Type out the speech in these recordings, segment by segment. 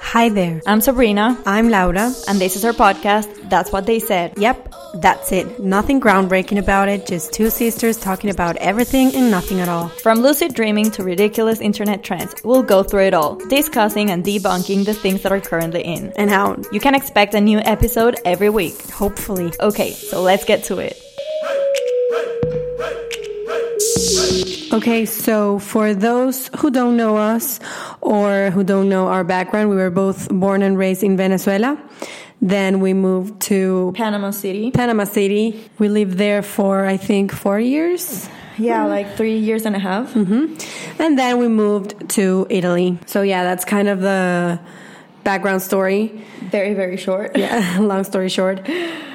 Hi there. I'm Sabrina, I'm Laura. and this is our podcast, That's What They Said. Yep, that's it. Nothing groundbreaking about it, just two sisters talking about everything and nothing at all. From lucid dreaming to ridiculous internet trends, we'll go through it all, discussing and debunking the things that are currently in. And how? You can expect a new episode every week. Hopefully. Okay, so let's get to it. Okay, so for those who don't know us or who don't know our background, we were both born and raised in Venezuela. Then we moved to Panama City. Panama City. We lived there for, I think, four years. Yeah, like three years and a half. Mm-hmm. And then we moved to Italy. So, yeah, that's kind of the background story. Very, very short. Yeah, long story short.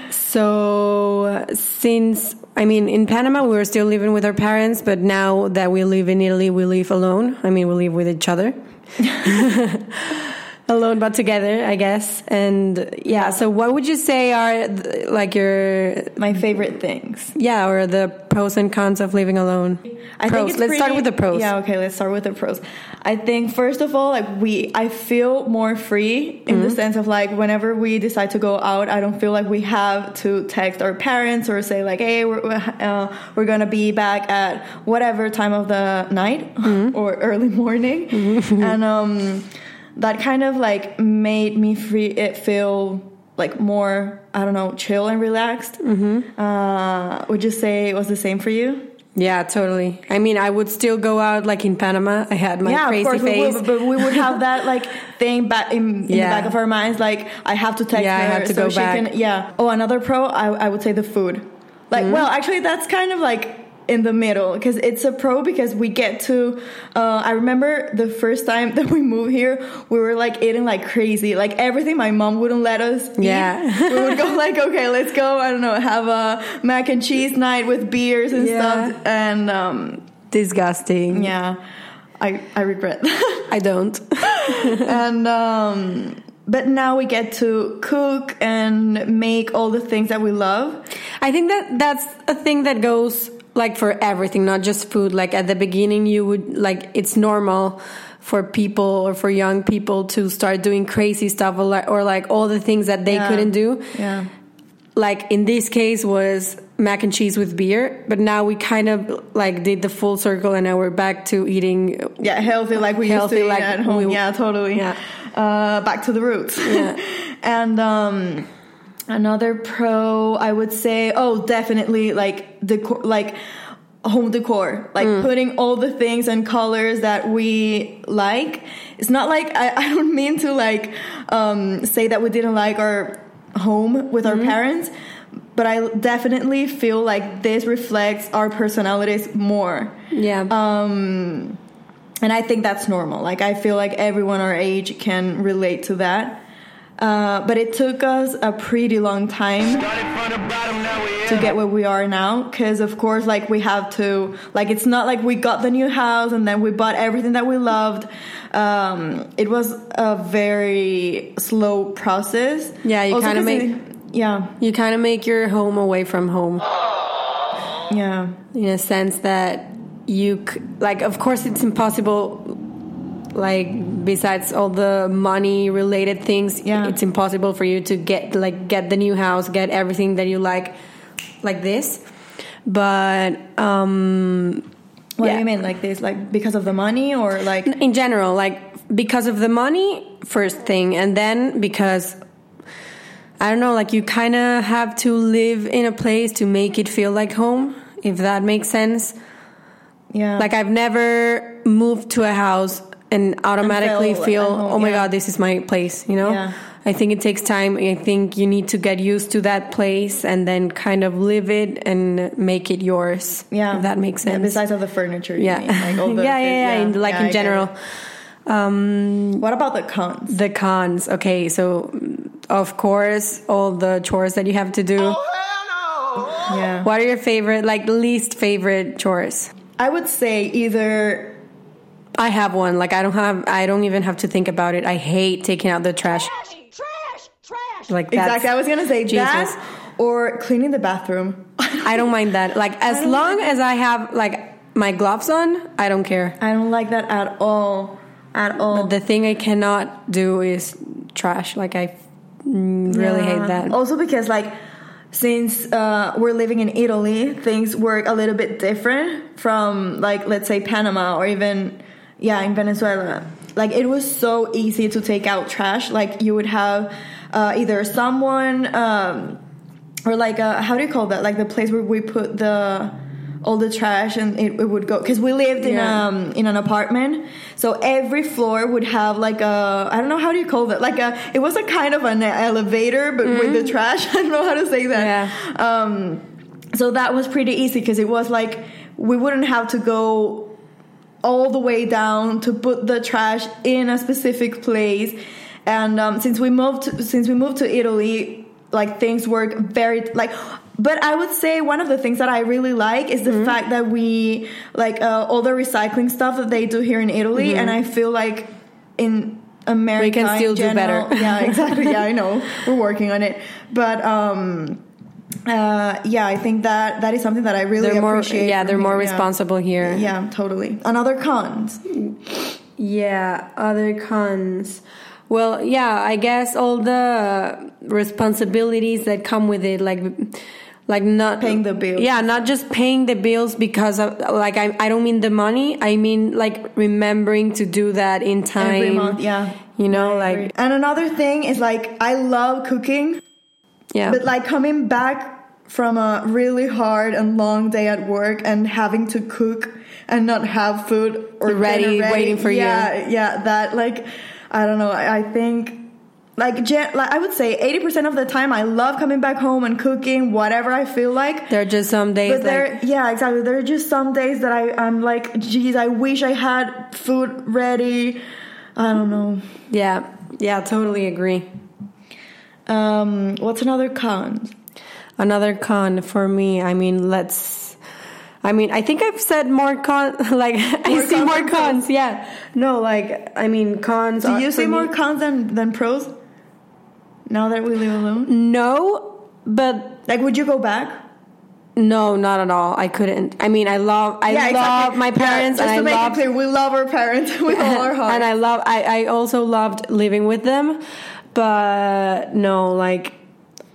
So, since I mean, in Panama, we were still living with our parents, but now that we live in Italy, we live alone. I mean, we live with each other. alone but together, I guess. And yeah, so what would you say are th- like your My favorite things. yeah, or the pros and cons of living alone? I pros. think it's Let's start pretty- with the pros. Yeah, okay, let's start with the pros. I think first of all, like we I feel more free in Mm-hmm. the sense of like whenever we decide to go out, I don't feel like we have to text our parents or say like, "Hey, we're we're, uh, we're going to be back at whatever time of the night Mm-hmm. or early morning." and um that kind of like made me free it feel like more, I don't know, chill and relaxed. Mm-hmm. Uh, would you say it was the same for you? Yeah, totally. I mean, I would still go out like in Panama. I had my yeah, crazy of course, face. We would, but we would have that like thing back in, in Yeah. the back of our minds. Like I have to text Yeah, I her, have to so go she back. can. Yeah. Oh, another pro, I, I would say the food. Mm-hmm. Like, well, actually, that's kind of like in the middle because it's a pro because we get to. Uh, I remember the first time that we moved here, we were like eating like crazy, like everything. My mom wouldn't let us. eat. Yeah. we would go like, okay, let's go. I don't know, have a mac and cheese night with beers and Yeah. stuff, and um, Disgusting. yeah. I, I regret that. I don't. and um but now we get to cook and make all the things that we love I think that that's a thing that goes like for everything, not just food. Like at the beginning, you would like it's normal for people or for young people to start doing crazy stuff or like, or like all the things that they Yeah. couldn't do. yeah Like in this case was mac and cheese with beer, but now we kind of like did the full circle and now we're back to eating. yeah healthy like we Healthy, used to eat like at home we- yeah totally Yeah. uh back to the roots Yeah. and um another pro i would say oh definitely like decor like home decor like Mm. putting all the things and colors that we like it's not like i, I don't mean to like um, say that we didn't like our home with Mm-hmm. our parents but i definitely feel like this reflects our personalities more Yeah. um, and I think that's normal. Like I feel like everyone our age can relate to that. Uh, but it took us a pretty long time to get where we are now because of course like we have to like it's not like we got the new house and then we bought everything that we loved um, it was a very slow process Yeah, you Also kinda 'cause make- it- yeah you kind of make your home away from home. yeah in a sense that you c- like of course it's impossible like besides all the money related things Yeah. it's impossible for you to get like get the new house get everything that you like like this but um what do Yeah. you mean like this like because of the money or like in general like because of the money first thing and then because i don't know like you kind of have to live in a place to make it feel like home if that makes sense yeah Like I've never moved to a house and automatically felt at feel, home, oh my yeah. god, this is my place. You know, Yeah. I think it takes time. I think you need to get used to that place and then kind of live it and make it yours. Yeah, if that makes Yeah, sense. besides all the furniture, you Yeah, mean, like all the yeah, yeah, yeah, things- in- like yeah, I in get general. it. What about the cons? The cons. Okay, so mm, of course, all the chores that you have to do. Oh, Yeah, What are your favorite, like least favorite chores? I would say either I have one. Like I don't have. I don't even have to think about it. I hate taking out the trash. trash, trash, trash. Like that's, exactly. I was gonna say Jesus. that or cleaning the bathroom. I don't mind that. Like as don't long as I have like my gloves on, I don't care. I don't like that at all, at all. The thing I cannot do is trash. Like I mm, really hate that. Also, because like since uh, we're living in Italy, things work a little bit different from like let's say Panama or even yeah in Venezuela. Like it was so easy to take out trash. Like you would have uh, either someone um, or like a, how do you call that? Like the place where we put the all the trash and it, it would go because we lived in Yeah. um in an apartment so every floor would have like a i don't know how do you call that like a it was a kind of an elevator but with the trash i don't know how to say that Yeah. um, so that was pretty easy because it was like we wouldn't have to go all the way down to put the trash in a specific place. And um, since we moved, since we moved to Italy, like things work very like. But I would say one of the things that I really like is the Mm-hmm. fact that we like uh, all the recycling stuff that they do here in Italy, and I feel like in America in Mm-hmm. still do general- better. yeah, exactly. yeah, I know we're working on it, but. um uh, yeah, I think that that is something that I really They're more appreciate. yeah, from they're more here, yeah. responsible here. Yeah, totally. Another cons. Yeah, other cons. Well, yeah, I guess all the responsibilities that come with it, like like not Paying the bills. Yeah, not just paying the bills because of like I I don't mean the money. I mean like remembering to do that in time. Every month, yeah. You know, like And another thing is like I love cooking, yeah. but like coming back from a really hard and long day at work and having to cook and not have food or Ready, dinner waiting for you. Yeah, yeah, that like I don't know. I, I think like, gen- like I would say 80% of the time I love coming back home and cooking whatever I feel like. there are just some days But there, like yeah, exactly. There are just some days that I, I'm like, geez, I wish I had food ready. I don't know. yeah. Yeah, totally agree. Um, what's another con? another con for me i mean let's i mean i think i've said more con like i More see cons more than pros. cons yeah no like i mean cons Do are- you for see me- more cons than, than pros? Now that we live alone, no but like, would you go back? no not at all i couldn't i mean i love i exactly. love my parents Yeah, just to and make i love it clear, we love our parents with all our heart. and I love I, I also loved living with them. But no, like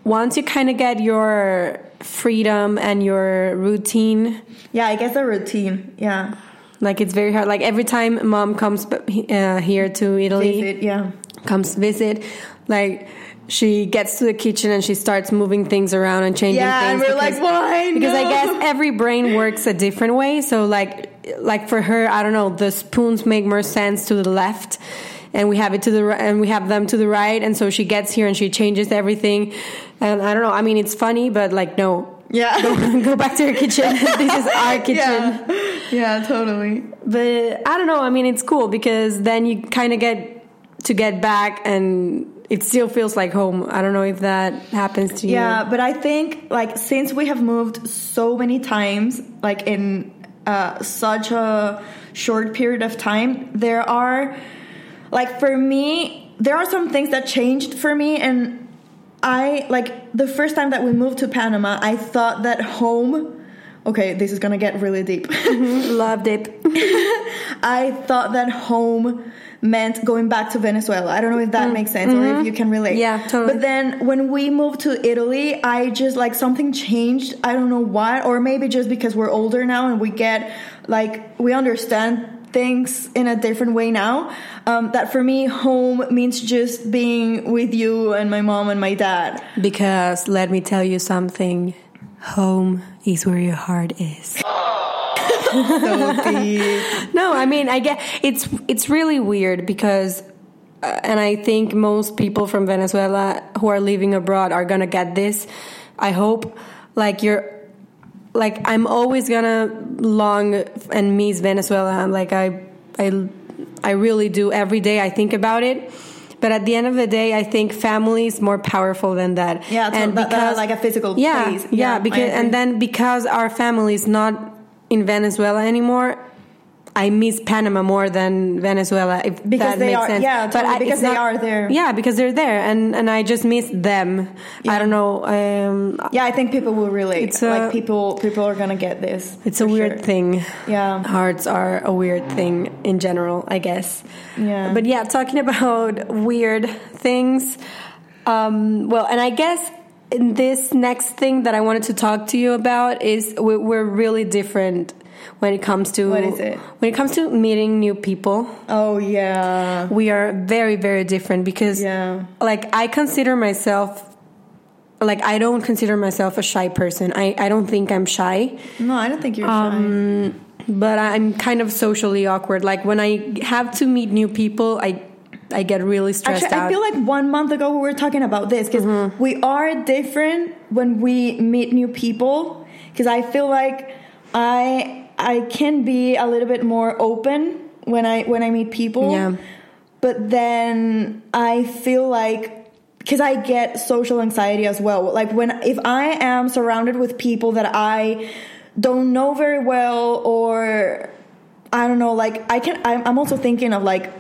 once you kind of get your freedom and your routine, yeah, I guess a routine. Yeah, like it's very hard. Like every time mom comes uh, here to Italy, Visit, yeah. comes visit, like she gets to the kitchen and she starts moving things around and changing Yeah, and things. we're like, why? because I No." guess every brain works a different way. So like like for her, I don't know, the spoons make more sense to the left. And we have it to the ri- and we have them to the right, and so she gets here and she changes everything, and I don't know. I mean, it's funny, but like, no, Yeah. go, go back to your kitchen. this is our kitchen. yeah, yeah, totally. But I don't know. I mean, it's cool because then you kind of get to get back, and it still feels like home. I don't know if that happens to you. Yeah, but I think like since we have moved so many times, like in uh, such a short period of time, there are like for me, there are some things that changed for me and I like the first time that we moved to Panama, I thought that home Okay, this is going to get really deep. loved it. I thought that home meant going back to Venezuela. I don't know if that makes sense or if you can relate. Mm. Mm-hmm. Yeah, totally. But then when we moved to Italy, I just like something changed. I don't know why, or maybe just because we're older now and we get like we understand things in a different way now. Um, that for me, home means just being with you and my mom and my dad. Because let me tell you something home is where your heart is. So deep. No, I mean, I get it's it's really weird because uh, and I think most people from Venezuela who are living abroad are going to get this. I hope like you're like I'm always gonna long and miss Venezuela. Like I, I, I really do. Every day I think about it, but at the end of the day, I think family is more powerful than that. Yeah, so that- that like a physical yeah, place. Yeah, Yeah, I because agree. and then because our family is not in Venezuela anymore, I miss Panama more than Venezuela. If Because that they makes are- sense. yeah, totally, I- it's because they are there. Yeah, because they're there, and and I just miss them. I don't know. Um, Yeah, I think people will relate. It's a- like people, people are gonna get this. it's a for weird sure. thing. Yeah. hearts are a weird thing in general, I guess. Yeah. But yeah, talking about weird things. Um, well, and I guess in this next thing that I wanted to talk to you about is we- we're really different when it comes to What is it? when it comes to meeting new people. Oh yeah, We are very very different because yeah. like I consider myself like I don't consider myself a shy person. I, I don't think I'm shy No, I don't think you're shy. but I'm kind of socially awkward. Like when I have to meet new people, I I get really stressed Actually, out. Mm-hmm. I feel like one month ago we were talking about this because we are different when we meet new people. Because I feel like I I can be a little bit more open when I when I meet people. Yeah. But then I feel like because I get social anxiety as well. Like when if I am surrounded with people that I don't know very well or I don't know, like I can. I'm, I'm also thinking of like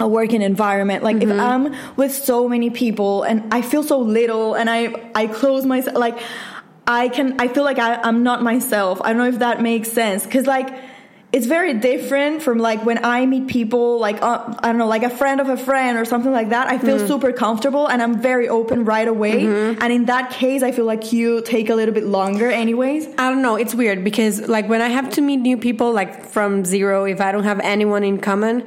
a working environment. Like if I'm with so many people and I feel so little, and I I close myself. Like I can. I feel like I, I'm not myself. I don't know if that makes sense. Cause like it's very different from like when I meet people. Like uh, I don't know, like a friend of a friend or something like that. I feel super comfortable and I'm very open right away. And in that case, I feel like you take a little bit longer, anyways. I don't know. It's weird because like when I have to meet new people, like from zero, if I don't have anyone in common,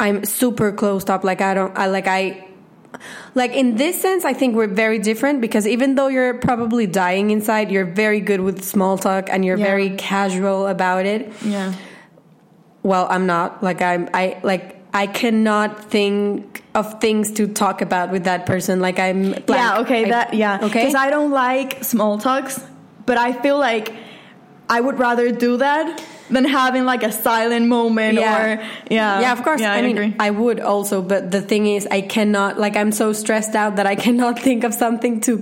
I'm super closed up. Like I don't. I like I. Like in this sense, I think we're very different because even though you're probably dying inside, you're very good with small talk and you're Yeah. very casual about it. Yeah. well i'm not like i'm i like i cannot think of things to talk about with that person like i'm blank. Yeah, okay, I- that yeah. okay Cuz I don't like small talks, but I feel like I would rather do that than having like a silent moment or yeah. yeah of course Yeah, I, i, mean agree. i would also but the thing is i cannot like i'm so stressed out that i cannot think of something to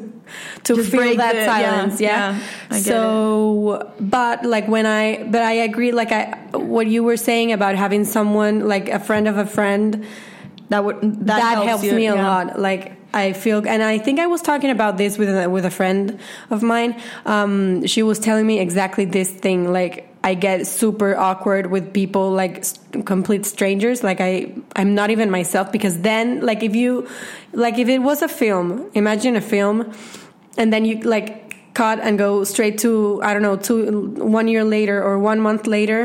to Just feel break that the- yeah, silence yeah, yeah, I get so but like when i but i agree like i what you were saying about having someone like a friend of a friend that would that, that, helps, you, me a yeah. lot. Like I feel, and I think I was talking about this with a, with a friend of mine. Um, she was telling me exactly this thing. Like I get super awkward with people, like s complete strangers. Like I, I'm not even myself because then, like if you, like if it was a film, imagine a film, and then you like cut and go straight to I don't know, two one year later or one month later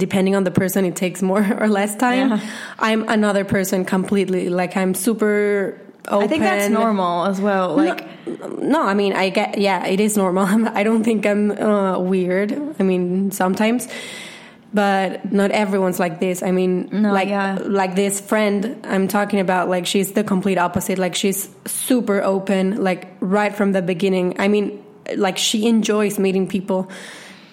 depending on the person it takes more or less time Yeah. i'm another person completely like i'm super open I think that's normal as well. Like no, no, i mean i get yeah it is normal i don't think i'm uh, weird i mean sometimes but not everyone's like this i mean No, like yeah. like this friend i'm talking about like she's the complete opposite like she's super open like right from the beginning i mean like she enjoys meeting people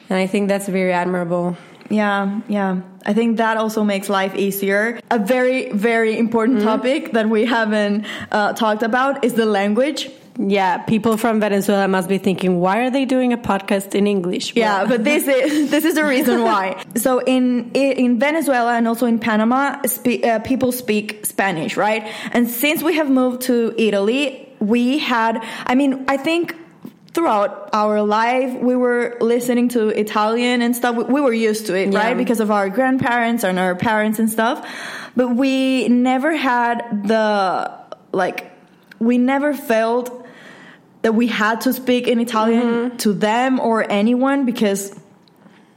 and i think that's very admirable Yeah, yeah. I think that also makes life easier. A very, very important Mm-hmm. topic that we haven't uh, talked about is the language. Yeah, people from Venezuela must be thinking, why are they doing a podcast in English? Yeah, Well, but this is this is the reason why. so in in Venezuela and also in Panama, spe- uh, people speak Spanish, right? And since we have moved to Italy, we had. I mean, I think throughout our life we were listening to Italian and stuff. We, we were used to it, Yeah. right? Because of our grandparents and our parents and stuff. But we never had the like. We never felt that we had to speak in Italian Mm-hmm. to them or anyone because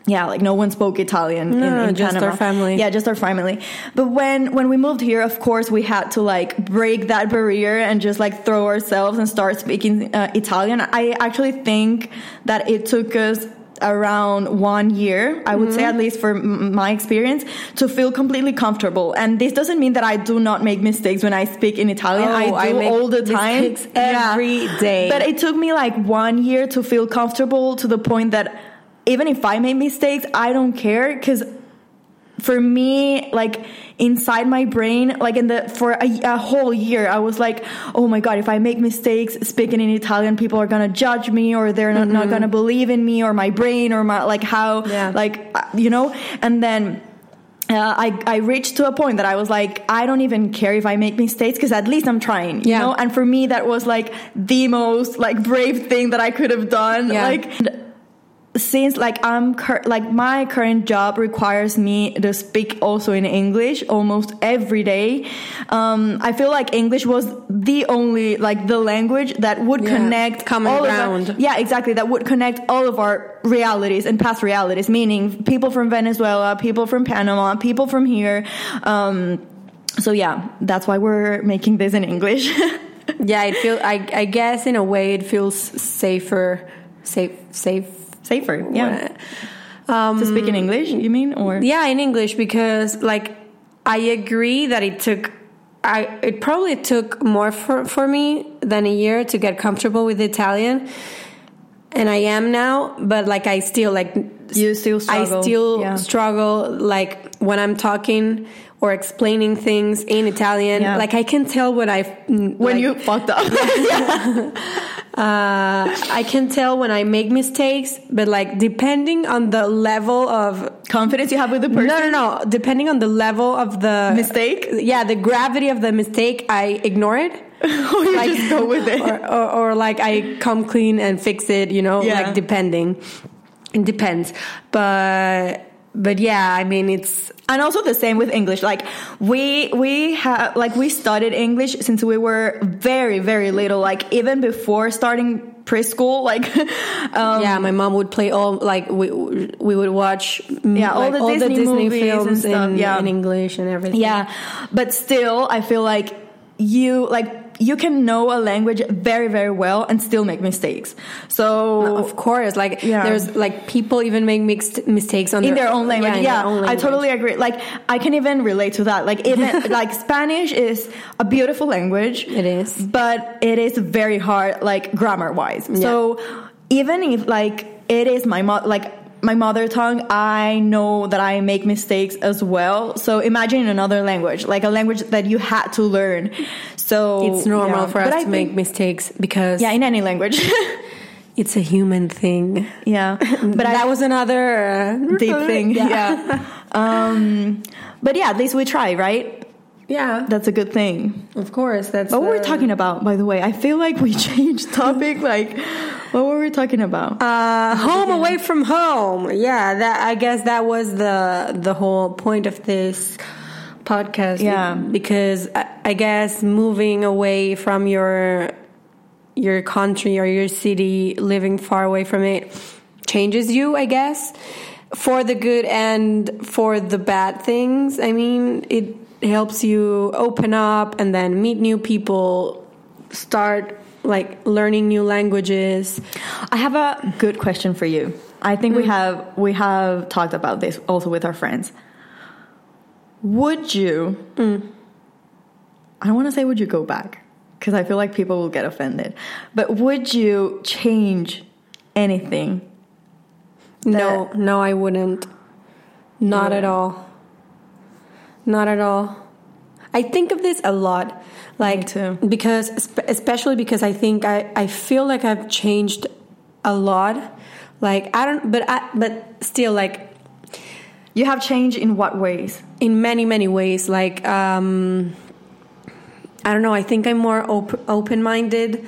yeah, like no one spoke Italian in- No, in, just our Panama. family. Yeah, just our family. But when when we moved here, of course, we had to like break that barrier and just like throw ourselves and start speaking uh, Italian. I actually think that it took us around one year i would say Mm-hmm. at least for m- my experience to feel completely comfortable and this doesn't mean that i do not make mistakes when i speak in italian Oh, i I do make all the time mistakes every day. but it took me like one year to feel comfortable to the point that even if I made mistakes, I don't care because for me, like inside my brain, like in the for a, a whole year, I was like, oh my god, if I make mistakes speaking in Italian, people are gonna judge me or they're not, not gonna believe in me or my brain or my like how Mm-hmm. Yeah. like uh, you know, and then. uh, I, I reached to a point that I was like, I don't even care if I make mistakes because at least I'm trying, you Yeah. know? And for me, that was like the most like brave thing that I could have done. Yeah. Like, since like I'm cur- like my current job requires me to speak also in English almost every day. Um, I feel like English was the only like the language that would Yeah, connect common all Of ground. our, yeah, exactly. That would connect all of our realities and past realities, meaning people from Venezuela, people from Panama, people from here. Um, so yeah, that's why we're making this in English. Yeah, it feel. I, I guess in a way it feels safer, safe, safe. uh, Safer, yeah. to speak Um, in English, you mean? Or Yeah, in English because like I agree that it took. I it probably took more for for me than a year to get comfortable with Italian, and I am now. But like I still like you still I struggle. still Yeah. struggle like when I'm talking or explaining things in Italian. Yeah. Like I can tell when I when when you fucked up. I can tell when I make mistakes, but like depending on the level of confidence you have with the person. no, no, no. Depending on the level of the Mistake? yeah, the gravity of the mistake, I ignore it. Or you just go with it. or, or, or like I come clean and fix it. You know, Yeah. like depending, it depends. But but yeah, I mean, it's and also the same with English. Like we we have like we studied English since we were very very little. Like even before starting preschool. Like um, yeah. My mom would play all like we we would watch mm, Yeah, all like, the Disney movies and films stuff, in, yeah. in English and everything. yeah, but still I feel like you like. You can know a language very, very well and still make mistakes. So, Of course, like Yeah. there's like people even make mixed mistakes on in their own language. in Yeah, their own I language. totally agree. Like I can even relate to that. Like even like Spanish is a beautiful language. It is. but it is very hard, like grammar wise. So even if like it is my mo- like my mother tongue, I know that I make mistakes as well. So imagine in another language, like a language that you had to learn. So It's normal yeah. for But us I to think- make mistakes because yeah in any language. it's a human thing. yeah, but But I that was another uh, deep thing. Yeah. yeah. Um, but yeah, at least we try, right? Yeah, That's a good thing. of course. That's What were we uh, talking about, by the way? I feel like we changed topic. Like, what were we talking about? Uh, home away from home. Yeah, that I guess that was the the whole point of this podcast. Yeah. because I, I guess moving away from your your country or your city, living far away from it, changes you. I guess for the good and for the bad things. I mean, it helps you open up and then meet new people, start like learning new languages. I have a good question for you. I think Mm. we have we have talked about this also with our friends. Would you? Mm. I don't want to say would you go back because I feel like people will get offended. But would you change anything No, no, I wouldn't. Not at all. Not at all. I think of this a lot, like too. because espe- especially because I think I I feel like I've changed a lot. Like I don't, but I but still like You have changed in what ways? in many many ways. Like um, I don't know. I think I'm more op- open minded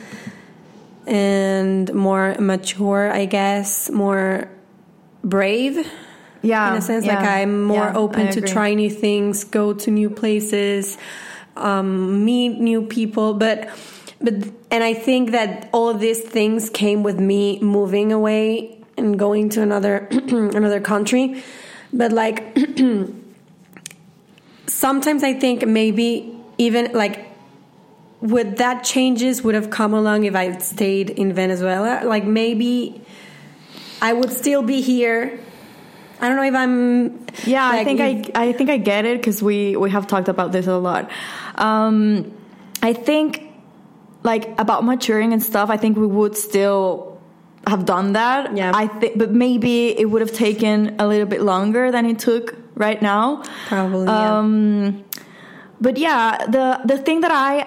and more mature. I guess more brave. Yeah, in a sense like i'm more open to try new things go to new places um, meet new people but but and i think that all these things came with me moving away and going to another another country but like sometimes i think maybe even like would that changes would have come along if i stayed in venezuela like maybe i would still be here I don't know if I'm. Yeah, I like, think if- I I think I get it because we we have talked about this a lot. Um, I think like about maturing and stuff. I think we would still have done that. Yeah. I think, but maybe it would have taken a little bit longer than it took right now. Probably, yeah. Um, but yeah, the the thing that I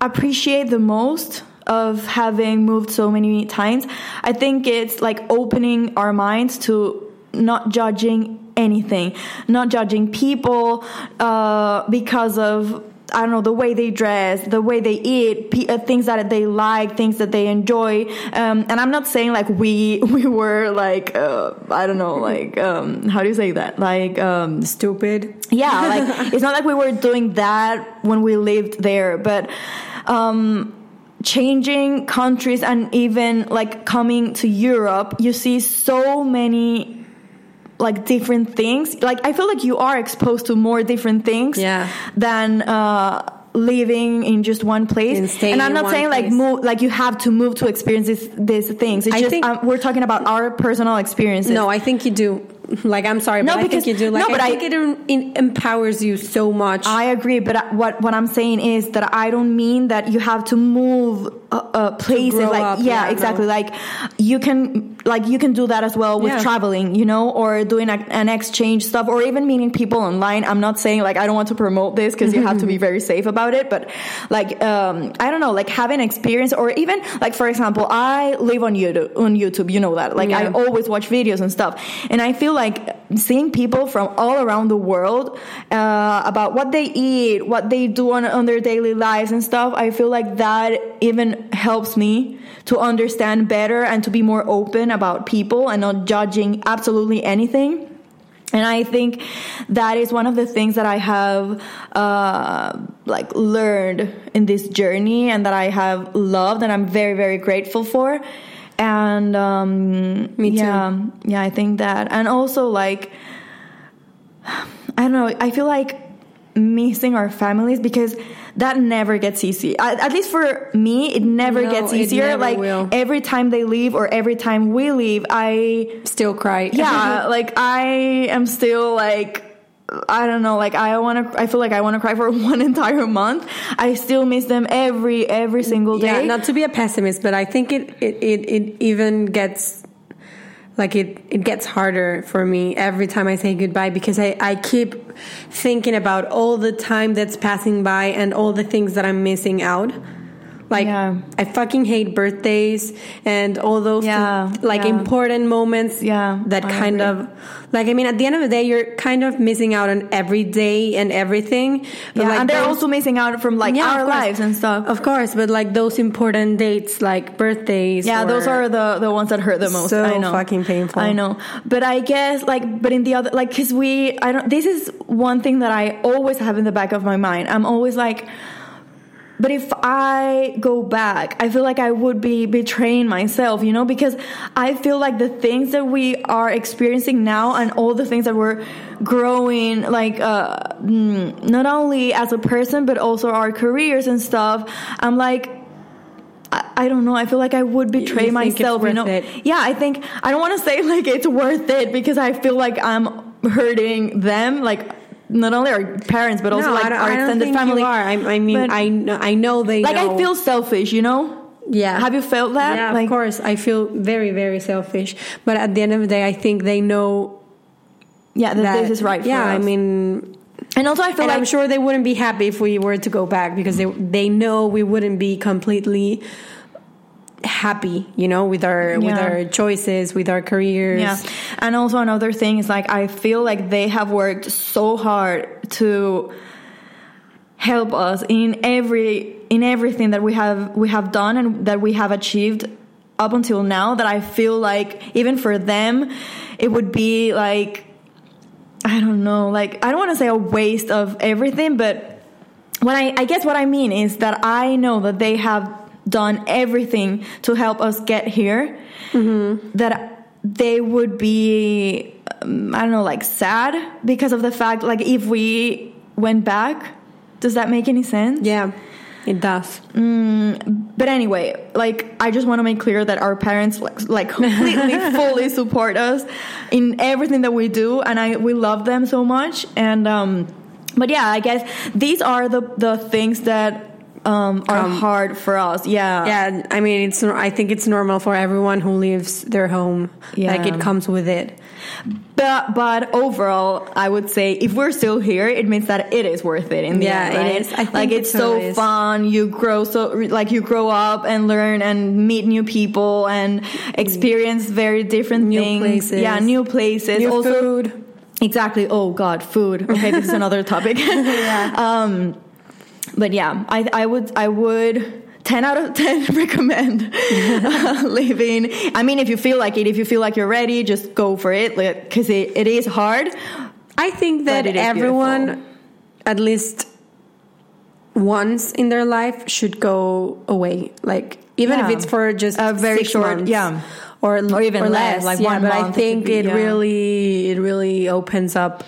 appreciate the most of having moved so many times i think it's like opening our minds to not judging anything, not judging people uh, because of I don't know the way they dress, the way they eat, pe- uh, things that they like, things that they enjoy. Um, and I'm not saying like we we were like uh, I don't know like um, how do you say that like um, Stupid. yeah like it's not like we were doing that when we lived there but um changing countries and even like coming to europe you see so many like different things like i feel like you are exposed to more different things Yeah. than uh living in just one place And staying and i'm in not one saying like place. move like you have to move to experience these, these things it's I just think- um, we're talking about our personal experiences No, I think you do. Like, I'm sorry, No, but because- I think you do. Like, no, but I I- think it, em- it empowers you so much. I agree, but I- what what I'm saying is that I don't mean that you have to move uh, uh, places. grow Like up, yeah, yeah, no. exactly. Like you can like you can do that as well with Yeah. traveling, you know, or doing a, an exchange stuff, or even meeting people online. I'm not saying like I don't want to promote this because you have to Mm-hmm. be very safe about it, but like um, I don't know, like having experience, or even like for example, I live on YouTube. On YouTube, you know that. Like I Yeah. always watch videos and stuff. And I feel like seeing people from all around the world uh, about what they eat, what they do on, on their daily lives and stuff, I feel like that even helps me to understand better and to be more open about people and not judging absolutely anything. And I think that is one of the things that I have uh, like learned in this journey, and that I have loved, and I'm very very grateful for. And um, Me too. Yeah, yeah, I think that, and also like I don't know. I feel like missing our families because that never gets easy. At, at least for me, it never No, gets it easier. never like will. every time they leave or every time we leave, I still cry. yeah like i am still like i don't know like i want to i feel like i want to cry for one entire month i still miss them every every single day Yeah, not to be a pessimist, but I think it it, it, it even gets like it, it gets harder for me every time I say goodbye because I, I keep thinking about all the time that's passing by and all the things that I'm missing out. Like Yeah. I fucking hate birthdays and all those Yeah, like yeah. important moments Yeah, that I kind agree. of like I mean at the end of the day you're kind of missing out on every day and everything. But Yeah, like and they're those- also missing out from like yeah, our of course. lives and stuff Of course, but like those important dates, like birthdays. yeah those or- are the the ones that hurt the most So i know fucking painful. i know but i guess like but in the other like because we i don't this is one thing that i always have in the back of my mind i'm always like but if I go back, I feel like I would be betraying myself, you know, because I feel like the things that we are experiencing now and all the things that we're growing, like, uh, mm, not only as a person, but also our careers and stuff, I'm like, I, I don't know. I feel like I would betray think it's myself, you worth know. it? Yeah, I think I don't want to say like it's worth it because I feel like I'm hurting them, like not only our parents but also no, like I don't, our I don't extended think family. You are. I, I mean, But- I know, I know they like know. I feel selfish, you know? Yeah. Have you felt that? Yeah, like of course. I feel very, very selfish. But at the end of the day, I think they know yeah, that, that this is right Yeah, for us. I mean, and also I feel and like I'm sure they wouldn't be happy if we were to go back because they they know we wouldn't be completely happy, you know, with our with Yeah. our choices, with our careers. yeah. And also another thing is like I feel like they have worked so hard to help us in every in everything that we have we have done and that we have achieved up until now that I feel like even for them it would be like I don't know, like I don't want to say a waste of everything, but when I, I guess what I mean is that I know that they have done everything to help us get here. That they would be, um, I don't know, like sad because of the fact, like if we went back, does that make any sense? yeah it does. But anyway, like I just want to make clear that our parents like, like completely fully support us in everything that we do and I we love them so much and um but yeah, I guess these are the the things that um are Um, hard for us. Yeah. Yeah, I mean, it's. I think it's normal for everyone who leaves their home. Yeah. Like it comes with it. But but overall, I would say if we're still here, it means that it is worth it in the Yeah, end. it Right? is. I think like it it's so totally is. fun. You grow so like you grow up and learn and meet new people and experience very different New things. places. Yeah, new places. New also, food. Exactly. Oh God, food. Okay, this is another topic. Um, but yeah, I I would I would. 10 out of 10 recommend uh, leaving. I mean, if you feel like it, if you feel like you're ready, just go for it because it, it is hard. I think that it is everyone, at least once in their life, should go away. Like even if Yeah. it's for just A very six short- months, yeah. or or even less, less, like yeah, one but I month it think could be, it yeah. really, it really opens up.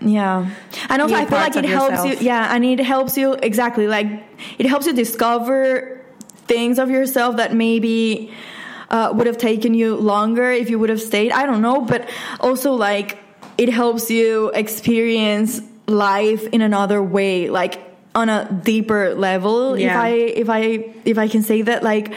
Yeah. And also New I feel parts like it of helps yourself. you yeah, and it helps you exactly like it helps you discover things of yourself that maybe uh, would have taken you longer if you would have stayed. I don't know, but also like it helps you experience life in another way, like on a deeper level. Yeah. If I if I if I can say that like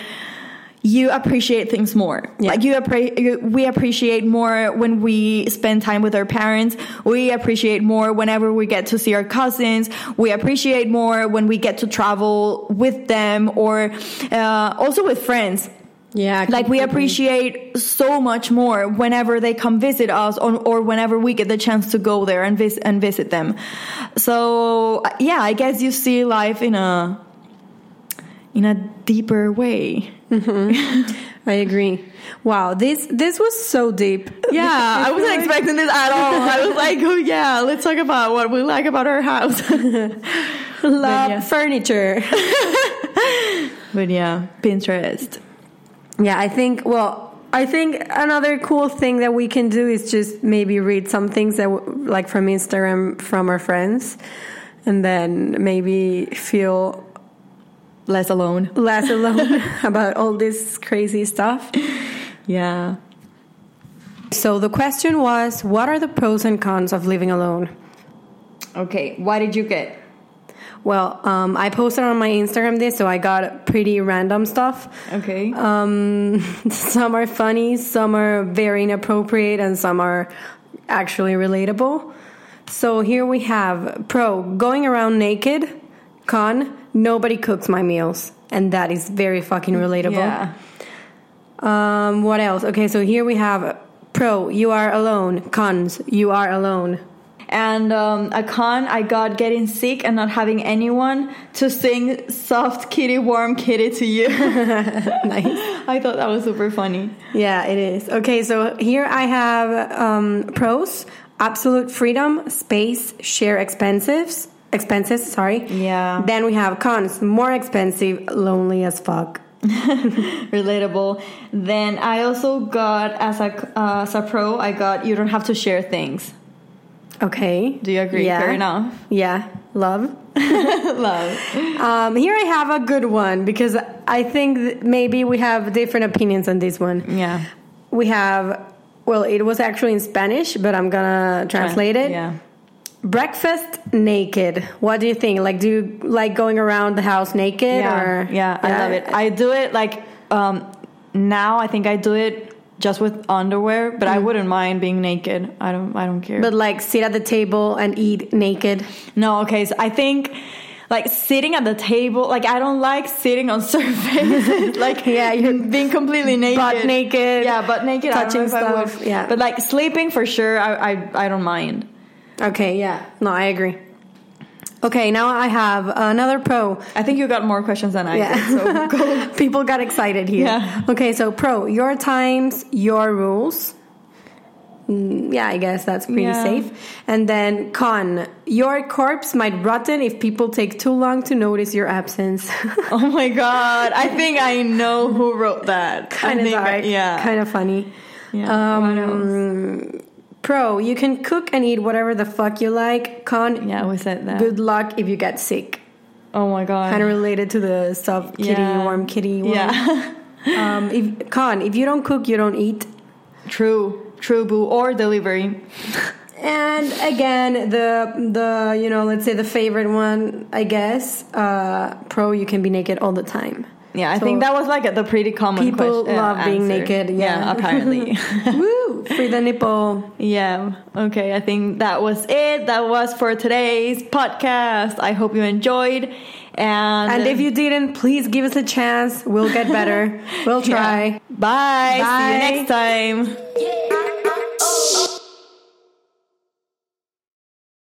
you appreciate things more. Like you, appre- you, we appreciate more when we spend time with our parents. We appreciate more whenever we get to see our cousins. We appreciate more when we get to travel with them or uh, also with friends. Yeah, Like we appreciate so much more whenever they come visit us or, or whenever we get the chance to go there and, vis- and visit them. So uh, yeah, I guess you see life in a in a deeper way. I agree. Wow, this this was so deep. Yeah, I wasn't expecting this at all. I was like, oh yeah, let's talk about what we like about our house. Love yeah. furniture. but yeah, Pinterest. Yeah, I think, well, I think another cool thing that we can do is just maybe read some things that, w- like, from Instagram from our friends, and then maybe feel Less alone. less alone about all this crazy stuff. Yeah. So the question was what are the pros and cons of living alone? Okay, what did you get? Well, um, I posted on my Instagram this, so I got pretty random stuff. Okay. Um, some are funny, some are very inappropriate, and some are actually relatable. So here we have pro going around naked, con nobody cooks my meals, and that is very fucking relatable. yeah. Um, what else? Okay, so here we have pro you are alone, cons you are alone. And um, a con, I got getting sick and not having anyone to sing soft kitty, warm kitty to you. nice. I thought that was super funny. Yeah, it is. Okay, so here I have um, pros: absolute freedom, space, share expenses, expenses. Sorry. Yeah. Then we have cons: more expensive, lonely as fuck. relatable. Then I also got as a uh, as a pro, I got you don't have to share things. Okay. Do you agree? Yeah. Fair enough. Yeah. Love. Love. Um, here I have a good one because I think th- maybe we have different opinions on this one. Yeah. We have. Well, it was actually in Spanish, but I'm gonna translate it. Yeah. Breakfast naked. What do you think? Like, do you like going around the house naked? Yeah. or yeah. I love it. I do it like um now I think I do it just with underwear, but I wouldn't mind being naked. I don't I don't care. Mm. But like, sit at the table and eat naked. No, okay. So I think like sitting at the table, like I don't like sitting on surfaces. like Yeah, you're being completely naked, butt naked, Yeah, butt naked. I don't know touching if I would. stuff, yeah. but like sleeping for sure. I I, I don't mind. Okay, yeah, no, I agree. Okay, now I have another pro. I think you got more questions than I Yeah. did. So go. People got excited here. Yeah. Okay, so pro, your times, your rules. Mm, yeah, I guess that's pretty Yeah. safe. And then con, your corpse might rotten if people take too long to notice your absence. Oh my god! I think I know who wrote that. kind I of think I- dark, yeah. kind of funny. Yeah. What Um, pro, you can cook and eat whatever the fuck you like. Con, yeah, we said that. good luck if you get sick. Oh my god. Kind of related to the stuff, kitty, Yeah. warm kitty. Warm. yeah. Um, if, con, if you don't cook, you don't eat. True. True. Boo or delivery. And again, the the you know, let's say the favorite one, I guess. Uh, pro, you can be naked all the time. Yeah, I So- think that was like the pretty common. People question- uh, love being answer. naked, yeah. apparently. Woo! Free the nipple. yeah. Okay, I think that was it. That was for today's podcast. I hope you enjoyed, and And if you didn't, please give us a chance. We'll get better. We'll Yeah. try. bye. See Bye. you next time. Yeah.